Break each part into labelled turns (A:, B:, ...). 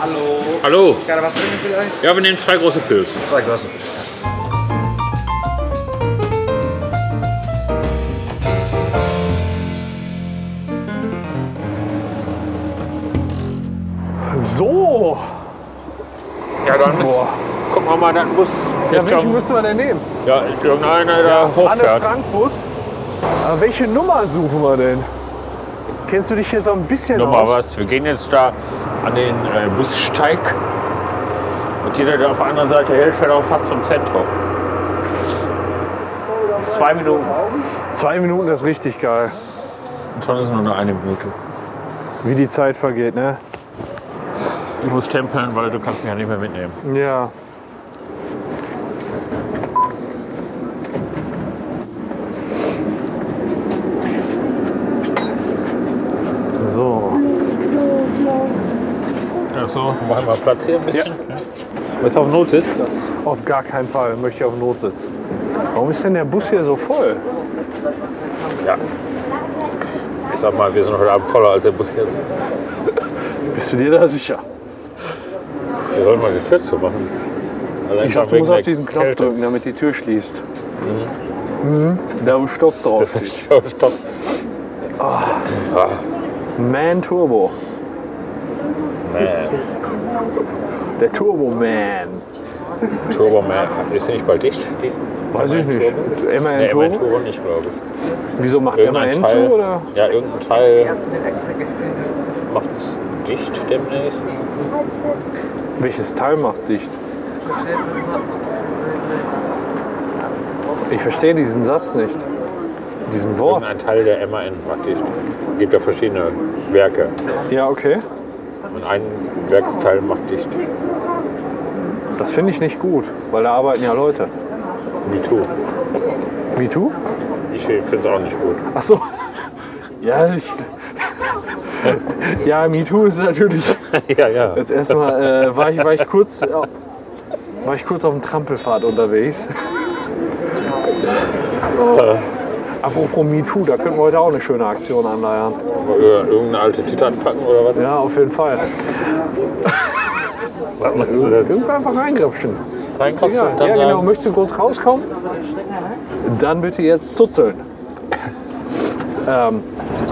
A: Hallo.
B: Hallo.
A: Gerade was trinken vielleicht?
B: Ja, wir nehmen zwei große Pilze.
A: Zwei Großen.
C: So,
B: Ja, dann
C: Boah.
B: gucken wir mal, dann muss
C: ja,
B: jetzt
C: welchen
B: schon
C: müsste man denn nehmen?
B: ja, irgendeiner da
C: Anne
B: hochfährt.
C: Frank Bus. Aber welche Nummer suchen wir denn? Kennst du dich hier so ein bisschen
B: Nochmal
C: aus?
B: was. Wir gehen jetzt da an den äh, Bussteig. Und jeder, der auf der anderen Seite hält, fährt auch fast zum Zentrum. Zwei Minuten.
C: Zwei Minuten, das ist richtig geil.
B: Und schon ist nur noch eine Minute.
C: Wie die Zeit vergeht, ne?
B: Ich muss stempeln, weil du kannst mich ja nicht mehr mitnehmen.
C: Ja. So.
B: Ja, so. Machen wir Platz hier ein bisschen. Ja. Willst du auf Not sitzt?
C: Auf gar keinen Fall möchte ich auf Notsitz. Warum ist denn der Bus hier so voll?
B: Ja. Ich sag mal, wir sind heute Abend voller als der Bus jetzt.
C: Bist du dir da sicher?
B: Wir sollen mal die Tür zu machen. Allein
C: Ich
B: schon
C: dachte, du
B: wegen
C: musst auf
B: der
C: diesen Knopf
B: Kälte.
C: drücken, damit die Tür schließt. Mhm. Da wo Stopp drauf
B: Das
C: steht.
B: ist schon Stopp.
C: Man Turbo. Der Turbo Man.
B: Turbo Man. Ist der nicht bald dicht? Die-
C: Weiß ich
B: MAN
C: nicht.
B: Turbo?
C: MAN
B: Nee, MAN
C: Turbo?
B: Turbo nicht, glaube ich.
C: Wieso macht
B: Irgendein
C: MAN zu?
B: Teil,
C: Oder?
B: Ja, irgendein Teil macht es dicht demnächst.
C: Welches Teil macht dicht? Ich verstehe diesen Satz nicht. Diesen Wort.
B: Irgendein Teil der MAN macht dicht. gibt ja verschiedene Werke.
C: Ja, okay.
B: Und ein Werksteil macht dicht.
C: Das finde ich nicht gut, weil da arbeiten ja Leute.
B: Me too.
C: Wie du?
B: Ich finde es auch nicht gut.
C: Ach so. Ja, ich. Ja, MeToo ist natürlich.
B: ja, ja.
C: Jetzt erstmal äh, war, ich, war, ich kurz, äh, war ich kurz auf dem Trampelpfad unterwegs.
B: Äh.
C: Apropos MeToo, da könnten wir heute auch eine schöne Aktion anleiern.
B: Irgendeine alte Titan packen oder was?
C: Ja, auf jeden Fall.
B: Was meinst du denn?
C: Irgendwann einfach reingrapschen.
B: Reinkommst
C: Ja,
B: und dann
C: ja genau.
B: sagen,
C: Möchtest du groß rauskommen? Dann bitte jetzt zuzeln. Ähm,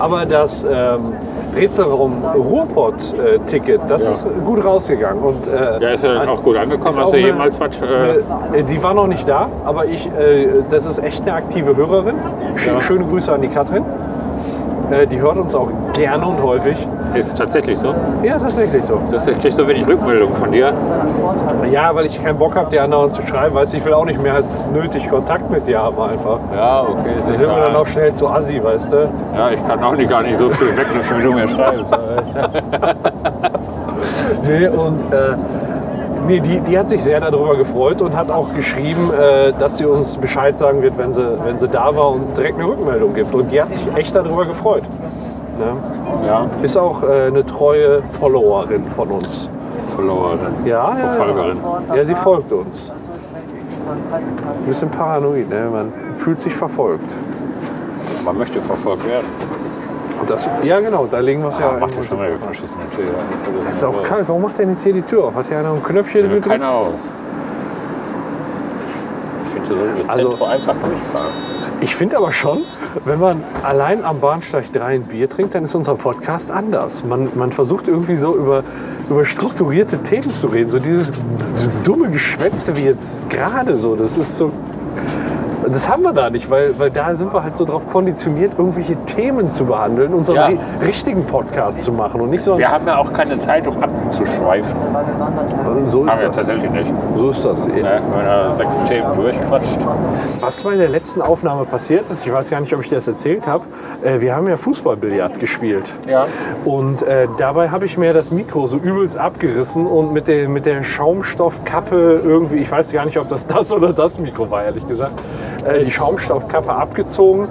C: aber das ähm, Rätsel um Ruhrpott-Ticket, das ist gut rausgegangen. Und, äh,
B: Ja, ist er dann auch gut angekommen?
C: ist
B: Hast
C: auch
B: du
C: eine-
B: jemals was? Äh,
C: eine- äh, die war noch nicht da, aber ich, äh, das ist echt eine aktive Hörerin. Sch
B: Ja.
C: Schöne Grüße an die Katrin. Äh, die hört uns auch gerne und häufig.
B: ist tatsächlich so.
C: Ja, tatsächlich so.
B: Das ich krieg so wenig Rückmeldung von dir.
C: Ja, weil ich keinen Bock habe, der anderen zu schreiben. Weißt du, ich will auch nicht mehr als nötig Kontakt mit dir haben einfach.
B: Ja, okay.
C: Da sind wir dann auch schnell zu assi, weißt du?
B: ja, ich kann auch nicht gar nicht so viel weglöschen, wie du mir schreibst.
C: Nee, und äh, nee, die, die hat sich sehr darüber gefreut und hat auch geschrieben, äh, dass sie uns Bescheid sagen wird, wenn sie, wenn sie da war und direkt eine Rückmeldung gibt. Und die hat sich echt darüber gefreut. Ne?
B: Ja,
C: Ist auch äh, eine treue Followerin von uns.
B: Followerin.
C: Ja, ja,
B: Verfolgerin.
C: Ja. ja, sie folgt uns. Ein bisschen paranoid, ne? man fühlt sich verfolgt.
B: Man möchte verfolgt werden.
C: Und das, ja, genau, da legen wir es ja.
B: Ah, Macht ja schon mal die verschissene Tür. Das
C: Ist auch kalt. Warum macht denn jetzt hier die Tür auf? Hat hier einer ein Knöpfchen
B: Will
C: gedrückt?
B: keiner aus. Ich finde, so sollte das
C: Also-
B: Zentrum einfach durchfahren.
C: Ich finde aber schon, wenn man allein am Bahnsteig 3 ein Bier trinkt, dann ist unser Podcast anders. Man, man versucht irgendwie so über, über strukturierte Themen zu reden. So dieses so dumme Geschwätze wie jetzt gerade so, das ist so. Das haben wir da nicht, weil, weil da sind wir halt so drauf konditioniert, irgendwelche Themen zu behandeln und so einen
B: Ja.
C: ri- richtigen Podcast zu machen und nicht so.
B: Wir haben ja auch keine Zeit, um abzuschweifen.
C: so,
B: Haben
C: ist
B: wir
C: das,
B: tatsächlich nicht.
C: so ist das. eben.
B: Ne? Wenn man da sechs Themen durchquatscht.
C: Was bei der letzten Aufnahme passiert ist, ich weiß gar nicht, ob ich das erzählt habe, äh, wir haben ja Fußballbillard gespielt.
B: Ja.
C: Und äh, dabei habe ich mir das Mikro so übelst abgerissen und mit der, mit der Schaumstoffkappe irgendwie, ich weiß gar nicht, ob das das oder das Mikro war, ehrlich gesagt, äh, die Schaumstoffkappe abgezogen.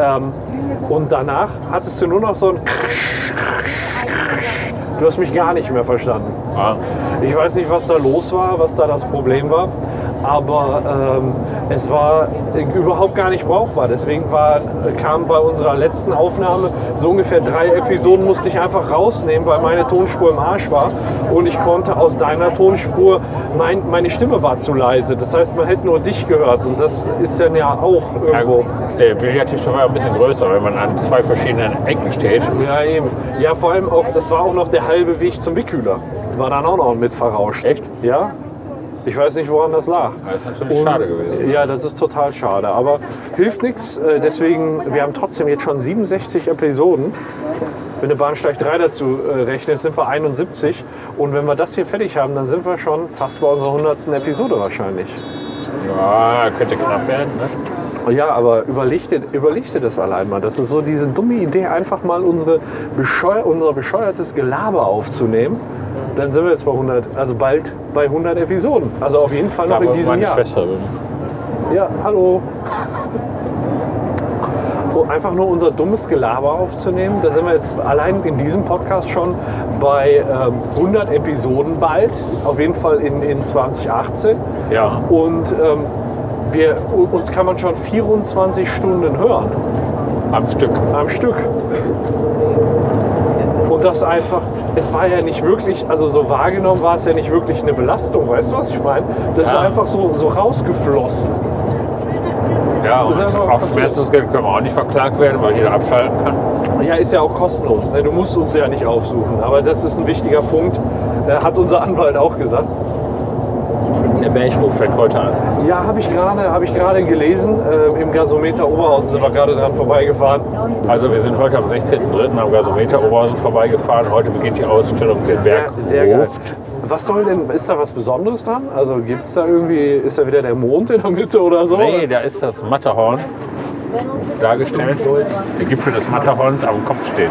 C: Ähm, und danach hattest du nur noch so ein... Du hast mich gar nicht mehr verstanden.
B: ja.
C: Ich weiß nicht, was da los war, was da das Problem war. aber ähm, es war äh, überhaupt gar nicht brauchbar. Deswegen war, kam bei unserer letzten Aufnahme so ungefähr drei Episoden musste ich einfach rausnehmen, weil meine Tonspur im Arsch war und ich konnte aus deiner Tonspur, mein, meine Stimme war zu leise. Das heißt, man hätte nur dich gehört und das ist dann ja auch
B: Ja,
C: irgendwo.
B: der Billardtisch war ja ein bisschen größer, wenn man an zwei verschiedenen Ecken steht.
C: Ja, eben. Ja, vor allem auch, das war auch noch der halbe Weg zum Wickhühler. War dann auch noch mit verrauscht.
B: Echt?
C: Ja. Ich weiß nicht, woran das lag.
B: Das ist natürlich schade gewesen. ne?
C: Ja, das ist total schade. Aber hilft nichts. Äh, Deswegen, wir haben trotzdem jetzt schon 67 Episoden. Wenn du Bahnsteig 3 dazu äh, rechnest, sind wir 71. Und wenn wir das hier fertig haben, dann sind wir schon fast bei unserer 100. Episode wahrscheinlich.
B: Ja, könnte knapp werden. Ne?
C: Ja, aber überleg dir, überleg dir das allein mal. Das ist so diese dumme Idee, einfach mal unsere bescheu unser bescheuertes Gelaber aufzunehmen. Dann sind wir jetzt bei 100, also bald bei 100 Episoden. Also auf jeden Fall noch in
B: Aber
C: diesem
B: meine
C: Jahr.
B: Schwester übrigens.
C: Ja, hallo. So, einfach nur unser dummes Gelaber aufzunehmen. Da sind wir jetzt allein in diesem Podcast schon bei ähm, 100 Episoden bald. Auf jeden Fall in, in 2018.
B: Ja.
C: Und ähm, wir, uns kann man schon 24 Stunden hören
B: Am Stück.
C: am Stück. Und das einfach, es war ja nicht wirklich, also so wahrgenommen war es ja nicht wirklich eine Belastung, weißt du, was ich meine? Das ist
B: Ja.
C: einfach so, so rausgeflossen.
B: Ja, und
C: Das ist einfach
B: auf Schmerzensgeld können wir auch nicht verklagt werden, weil jeder abschalten kann.
C: Ja, ist ja auch kostenlos. Ne? Du musst uns ja nicht aufsuchen. Aber das ist ein wichtiger Punkt. Äh, Hat unser Anwalt auch gesagt.
B: Der Bergruf fällt heute an.
C: Ja, habe ich gerade hab ich gerade gelesen. Äh, Im Gasometer Oberhausen sind wir gerade dran vorbeigefahren.
B: Also wir sind heute am 16.03. am Gasometer Oberhausen vorbeigefahren. Heute beginnt die Ausstellung der Bergruf.
C: Was soll denn, ist da was Besonderes dran? Also gibt es da irgendwie, ist da wieder der Mond in der Mitte oder so?
B: Nee, da ist das Matterhorn dargestellt. Der Gipfel des Matterhorns am Kopf steht.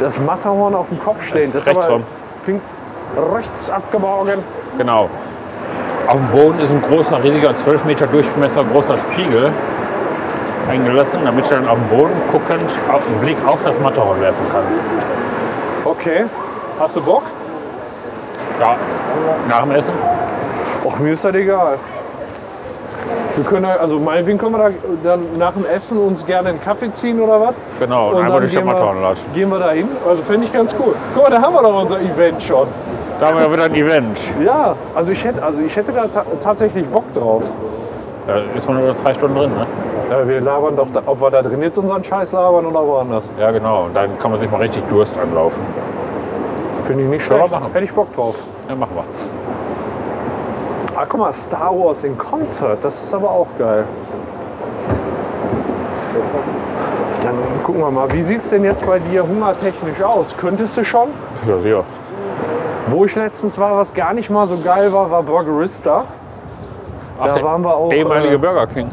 C: Das Matterhorn auf dem Kopf stehen. Das
B: Rechts
C: aber
B: rum.
C: klingt rechts abgebogen.
B: Genau. Auf dem Boden ist ein großer, riesiger, 12 Meter Durchmesser großer Spiegel eingelassen, damit du dann auf dem Boden guckend auf einen Blick auf das Matterhorn werfen kannst.
C: Okay. Hast du Bock?
B: Ja, nach dem Essen?
C: Och, mir ist das egal. Wir können, ja- also meinetwegen können wir da dann nach dem Essen uns gerne einen Kaffee ziehen oder was?
B: Genau, und einmal durch das Matterhorn
C: wir,
B: latschen.
C: gehen wir da hin. Also fände ich ganz cool. Guck mal, da haben wir doch unser Event schon.
B: Da haben wir wieder ein Event.
C: Ja, also ich hätte, also ich hätte da ta tatsächlich Bock drauf.
B: Da ist man über zwei Stunden drin, ne?
C: Ja, wir labern doch, da, ob wir da drin jetzt unseren Scheiß labern oder woanders.
B: Ja, genau. Und dann kann man sich mal richtig Durst anlaufen.
C: Finde ich nicht
B: Können wir
C: schlecht.
B: machen.
C: Hätte ich Bock drauf.
B: Ja, machen wir.
C: Ah, guck mal, Star Wars in Concert, das ist aber auch geil. Dann gucken wir mal, wie sieht's denn jetzt bei dir hungertechnisch aus? Könntest du schon?
B: Ja, sehr.
C: Wo ich letztens war, was gar nicht mal so geil war, war Burgerista. Da
B: der
C: waren wir auch,
B: Ehemalige
C: äh,
B: Burger King.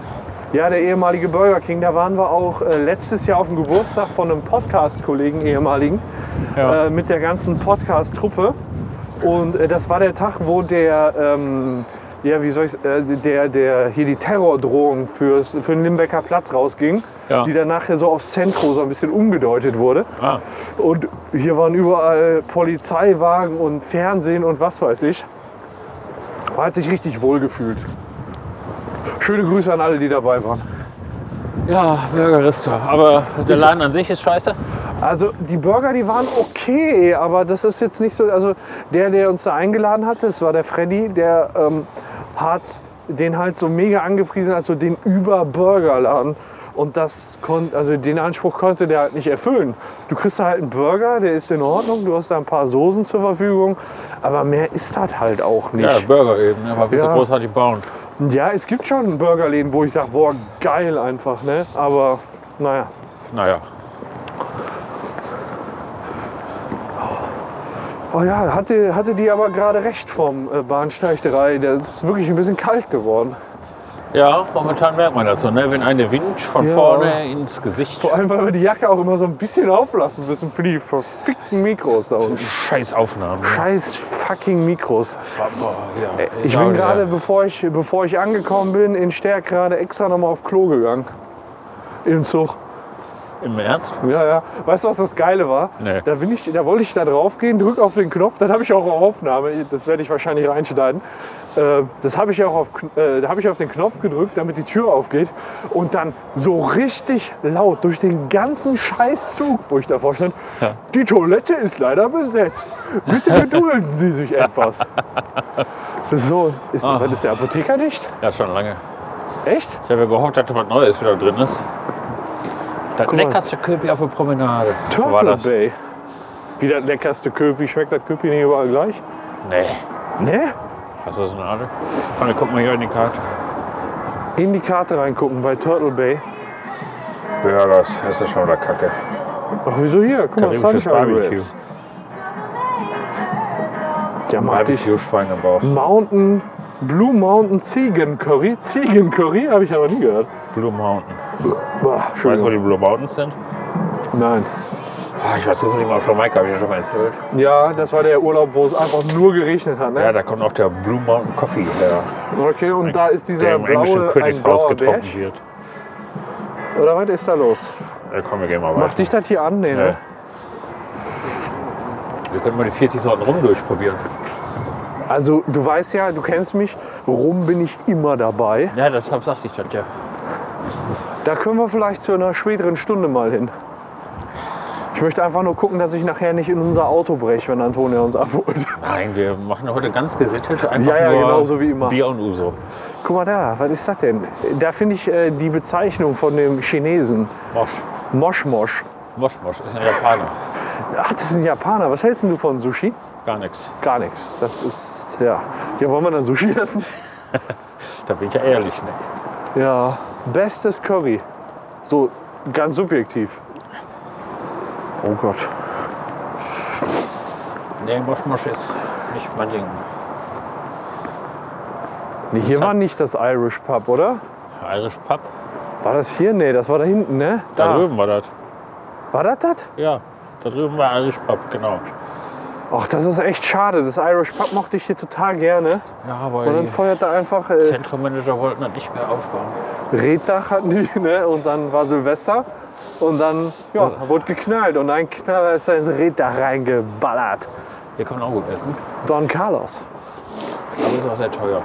C: Ja, der ehemalige Burger King, da waren wir auch äh, letztes Jahr auf dem Geburtstag von einem Podcast-Kollegen ehemaligen
B: Ja.
C: äh, mit der ganzen Podcast-Truppe. Und äh, das war der Tag, wo der, ähm, ja, wie soll ich, äh, der, der hier die Terrordrohung fürs, für den Limbecker Platz rausging,
B: Ja.
C: die dann nachher so aufs Zentro so ein bisschen umgedeutet wurde.
B: Ah,
C: Und hier waren überall Polizeiwagen und Fernsehen und was weiß ich. Man hat sich richtig wohl gefühlt. Schöne Grüße an alle, die dabei waren.
B: ja, Burgerista. Aber der Laden an sich ist scheiße.
C: Also die Burger, die waren okay, aber das ist jetzt nicht so. Also der, der uns da eingeladen hatte, das war der Freddy, der ähm, hat den halt so mega angepriesen als so den Über-Burgerladen. Und das konnte, also den Anspruch konnte der halt nicht erfüllen. Du kriegst da halt einen Burger, der ist in Ordnung, du hast da ein paar Soßen zur Verfügung, aber mehr ist das halt auch nicht.
B: Ja, Burger eben. ne? Aber wie so
C: Ja.
B: großartig bauen.
C: Ja, es gibt schon Burgerläden, wo ich sage, boah, geil einfach, ne? Aber naja.
B: Naja.
C: Oh ja, hatte, hatte die aber gerade recht vom äh, Bahnsteig 3. Der ist wirklich ein bisschen kalt geworden.
B: Ja, momentan merkt man das so, ne? wenn eine Wind von
C: Ja.
B: vorne ins Gesicht
C: Vor allem, weil wir die Jacke auch immer so ein bisschen auflassen müssen für die verfickten Mikros da unten.
B: scheiß Aufnahmen.
C: Scheiß fucking Mikros.
B: Boah, ja.
C: Ich
B: Ja,
C: bin
B: Genau, ja.
C: gerade, bevor ich, bevor ich angekommen bin, in Stärk gerade extra nochmal auf Klo gegangen. Im Zug.
B: Im Ernst?
C: Ja, ja. Weißt du, was das Geile war?
B: Nee.
C: Da, bin ich, da wollte ich da drauf gehen, drück auf den Knopf, dann habe ich auch eine Aufnahme, das werde ich wahrscheinlich reinschneiden. Äh, das habe ich auch auf, Kn- äh, da habe ich auf den Knopf gedrückt, damit die Tür aufgeht und dann so richtig laut durch den ganzen Scheißzug, wo ich davor stand, die Toilette ist leider besetzt. Bitte gedulden Sie sich etwas. Das ist so, ist,
B: Ah.
C: das ist der Apotheker nicht?
B: Ja, schon lange.
C: Echt?
B: Ich habe ja gehofft, dass da was Neues wieder drin ist. Das
C: mal.
B: leckerste Köpi auf der Promenade.
C: Turtle
B: war das?
C: Bay. Wie das leckerste Köpi. Schmeckt das Köpi nicht überall gleich?
B: Nee.
C: Ne?
B: Hast du das in Ahnung? Komm, wir gucken mal hier in die Karte.
C: In die Karte reingucken bei Turtle Bay.
B: Burgers, das ist schon wieder Kacke.
C: Ach, wieso hier? Guck mal,
B: Karibisches
C: Sunshine
B: Barbecue.
C: Ribs. Ja, mach dich.
B: Barbecue-Schwein im Bauch.
C: Mountain, Blue Mountain Ziegen Curry. Ziegen Curry habe ich aber nie gehört.
B: Blue Mountain.
C: Boah,
B: Weißt du, wo
C: Entschuldigung.
B: die Blue Mountains sind?
C: Nein.
B: Ah, ich war zufällig mal auf Jamaika, habe ich dir schon mal erzählt.
C: Ja, das war der Urlaub, wo es einfach nur geregnet hat.
B: Ja,
C: Ne?
B: da kommt auch der Blue Mountain Coffee her,
C: Okay, und da ist
B: der
C: dieser
B: im englischen
C: blaue, ein
B: Königshaus
C: blauer
B: getrunken
C: Berg.
B: wird.
C: Oder was ist da los?
B: Ja, komm, wir gehen mal
C: Mach
B: weiter.
C: dich das hier an, nee, ne?
B: Wir können mal die 40 Sorten rum durchprobieren.
C: Also, du weißt ja, du kennst mich. Rum bin ich immer dabei.
B: Ja, deshalb sagte ich das ja.
C: Da können wir vielleicht zu einer späteren Stunde mal hin. Ich möchte einfach nur gucken, dass ich nachher nicht in unser Auto breche, wenn Antonia uns abholt.
B: Nein, wir machen heute ganz gesittet einfach
C: Ja, ja,
B: nur
C: genauso wie immer.
B: Bier und Uso.
C: Guck mal da, was ist das denn? Da finde ich äh, die Bezeichnung von dem Chinesen.
B: Mosch.
C: Mosh Mosh.
B: Mosch, Mosch. Ist ein Japaner.
C: Ach, das ist ein Japaner. Was hältst denn du von Sushi?
B: Gar nichts.
C: Gar nichts. Das ist, ja. Hier wollen wir dann Sushi essen?
B: Da bin ich ja ehrlich. Ne?
C: Ja. Bestes Curry. So, ganz subjektiv. Oh Gott.
B: Nee, Mosch, Mosch ist nicht mein Ding.
C: Nee, hier war nicht das Irish Pub, oder?
B: Irish Pub.
C: War das hier? Nee, das war da hinten, ne?
B: Da drüben war das.
C: War das das?
B: Ja, da drüben war Irish Pub, genau.
C: Ach, das ist echt schade. Das Irish Pub mochte ich hier total gerne.
B: Ja,
C: Und
B: aber
C: dann
B: die
C: feuert er einfach äh,
B: Zentrumanager wollten das nicht mehr aufbauen.
C: Reddach hatten die, ne? Und dann war Silvester. Und dann
B: Also.
C: ja, wurde geknallt. Und ein Knaller ist da ins Reddach reingeballert.
B: Hier kann man auch gut essen.
C: Don Carlos.
B: Aber ist auch sehr teuer.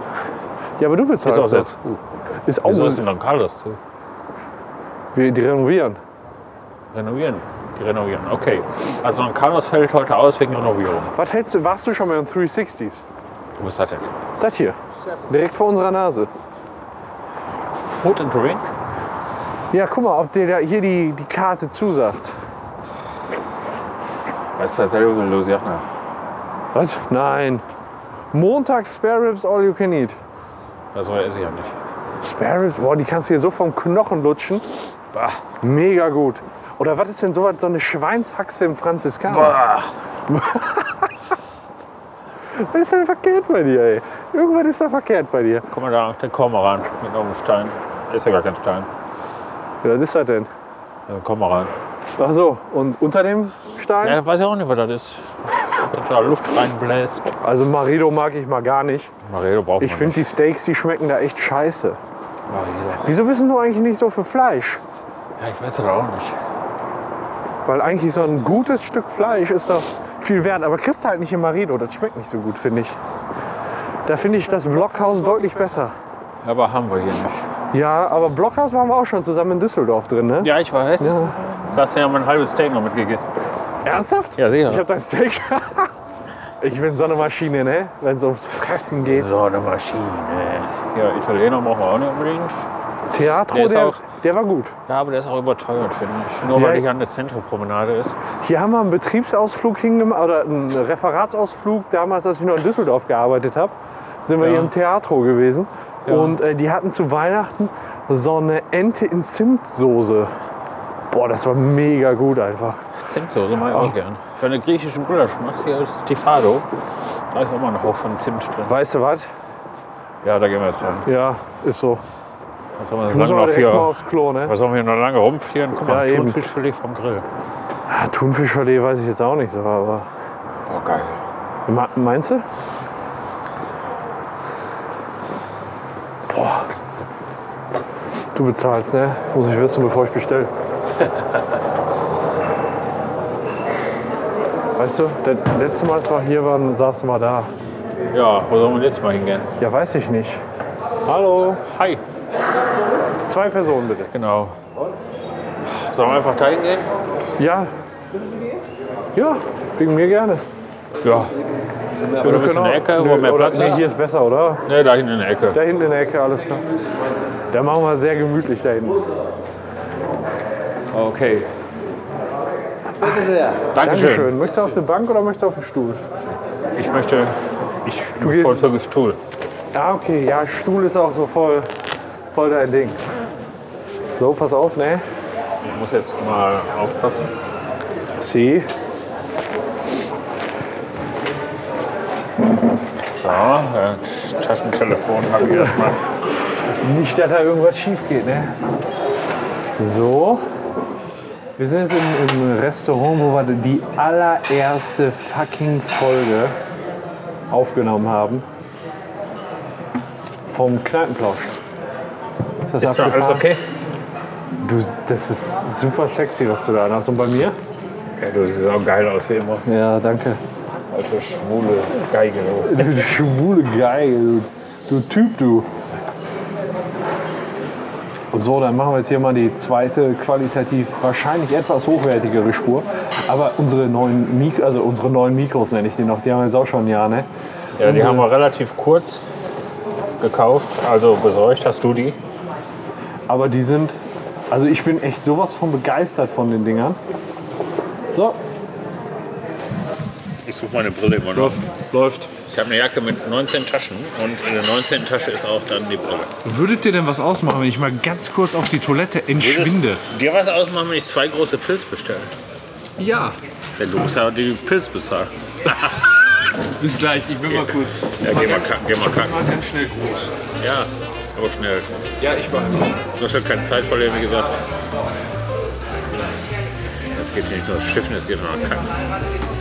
C: Ja, aber du bezahlst das.
B: zu.
C: Ist auch
B: Wieso ist in Don Carlos zu?
C: wir, Die renovieren.
B: Renovieren. Die renovieren, okay. Also Don Carlos fällt heute aus wegen Renovierung.
C: Was hältst du? Warst du schon mal im 360s?
B: Was hat denn?
C: Das hier. Direkt vor unserer Nase.
B: Food and Drink?
C: Ja, guck mal, ob dir da hier die, die Karte zusagt.
B: Das ist dasselbe wie Louisiana.
C: Was? Nein. Montag Spare Ribs All You Can Eat.
B: Also esse ich ja nicht.
C: Spare Ribs, boah, die kannst du hier so vom Knochen lutschen.
B: Bah.
C: Mega gut. Oder was ist denn sowas, so eine Schweinshaxe im Franziskaner?
B: Bah.
C: Was ist denn verkehrt bei dir, ey? Irgendwas ist da verkehrt bei dir.
B: Guck mal da, der Kormoran mit einem Stein. Ist ja gar kein Stein. Also
C: Ja, was ist das denn?
B: Das ist ein Kormoran.
C: Ach so, und unter dem Stein?
B: Ja, weiß ich auch nicht, was das ist. Dass da Luft reinbläst.
C: Also Marido mag ich mal gar nicht.
B: Maredo braucht
C: Ich finde die Steaks, die schmecken da echt scheiße.
B: Maredo.
C: Wieso bist du eigentlich nicht so für Fleisch?
B: Ja, ich weiß das auch nicht.
C: Weil eigentlich so ein gutes Stück Fleisch ist doch viel wert. Aber kriegst du halt nicht im Marido, das schmeckt nicht so gut, finde ich. Da finde ich das Blockhaus deutlich besser.
B: Aber haben wir hier nicht.
C: Ja, aber Blockhaus waren wir auch schon zusammen in Düsseldorf drin, ne?
B: Ja, ich weiß. Du hast ja mein halbes Steak noch mitgegessen.
C: Ernsthaft?
B: Ja, sicher.
C: Ich hab dein Steak. ich bin so eine Maschine, ne? Wenn es ums Fressen geht.
B: So eine Maschine. Ja, Italiener brauchen wir auch nicht unbedingt.
C: Teatro,
B: Der
C: der,
B: ist
C: der,
B: auch-
C: war gut.
B: Ja, aber der ist auch überteuert, finde ich. Nur
C: Ja,
B: weil
C: ich-
B: die hier an der Zentrumpromenade ist.
C: Hier haben wir einen Betriebsausflug hingemacht, oder einen Referatsausflug, damals, als ich noch in Düsseldorf gearbeitet habe, sind wir
B: Ja.
C: hier im Teatro gewesen. Und äh, die hatten zu Weihnachten so eine Ente in Zimtsoße. Boah, das war mega gut einfach.
B: Zimtsoße mache ich auch gern. Wenn du griechischen Gulasch machst, hier ist Tifado. Da ist auch mal ein Hauch von Zimt drin.
C: Weißt du was?
B: Ja, da gehen wir jetzt rein.
C: Ja, ist so.
B: Was sollen wir so lange
C: Müssen wir
B: noch
C: direkt mal
B: hier?
C: aufs Klo, ne?
B: Was sollen wir hier noch lange rumfrieren? Guck mal,
C: Ja,
B: ja,
C: eben.
B: Thunfischfilet vom Grill.
C: Ah, Thunfischfilet weiß ich jetzt auch nicht so, aber.
B: Boah, geil.
C: Ma- Meinst du? Boah. Du bezahlst, ne? Muss ich wissen, bevor ich bestelle. Weißt du, das letzte Mal, als wir hier waren, saßen wir da.
B: Ja, wo sollen wir jetzt mal hingehen?
C: Ja, weiß ich nicht. Hallo.
B: Hi.
C: Zwei Personen bitte.
B: Genau. Sollen wir einfach da hingehen?
C: Ja. Ja, wegen mir gerne.
B: Ja. Oder bist du in der Ecke, wo mehr
C: genau. oder,
B: Platz
C: nee,
B: ist?
C: hier ist besser, oder?
B: Ne, da hinten in der Ecke.
C: Da hinten in der Ecke, alles klar. Da machen wir sehr gemütlich da hinten.
B: Okay.
A: Bitte sehr.
B: Dankeschön.
C: Möchtest du auf der Bank oder möchtest du auf dem Stuhl?
B: Ich möchte. Ich
C: gehst-
B: bevorzuge Stuhl.
C: Ja, okay. Ja, Stuhl ist auch so voll, voll dein Ding. So, pass auf, ne?
B: Ich muss jetzt mal aufpassen.
C: C.
B: So, das äh, Taschentelefon habe ich erstmal.
C: Nicht, dass da irgendwas schief geht, ne? So. Wir sind jetzt im, im Restaurant, wo wir die allererste fucking Folge aufgenommen haben. Vom Kneipenplausch. das
B: Ist doch alles
C: abgefahren?
B: okay?
C: Du, das ist super sexy, was du da hast. Und bei mir?
B: Ja, du siehst auch geil aus wie immer.
C: Ja, danke.
B: Alte schwule Geige. du.
C: Du schwule Geige, du, du Typ, du. So, dann machen wir jetzt hier mal die zweite qualitativ wahrscheinlich etwas hochwertigere Spur. Aber unsere neuen, Mik also unsere neuen Mikros nenne ich die noch, die haben wir jetzt auch schon ein Jahr, ne?
B: Ja, die haben wir relativ kurz gekauft, also besorgt hast du die.
C: Aber die sind, also ich bin echt sowas von begeistert von den Dingern. So,
B: Ich suche meine Brille immer noch.
C: läuft.
B: Ich habe eine Jacke mit 19 Taschen und in der 19. Tasche ist auch dann die Brille.
C: Würdet ihr denn was ausmachen, wenn ich mal ganz kurz auf die Toilette entschwinde?
B: Dir was ausmachen, wenn ich zwei große Pilz bestelle?
C: Ja,
B: Denn du musst ja die Pilz bezahlen.
C: bis gleich. Ich bin mal kurz.
B: Ja, geh mal kacken, geh mal kacken.
C: Mal ganz schnell groß.
B: Ja, aber schnell.
C: Ja, ich mache.
B: Du hast ja keine Zeit verlieren, wie gesagt. Das geht hier nicht nur schiffen, es geht nur noch kacken.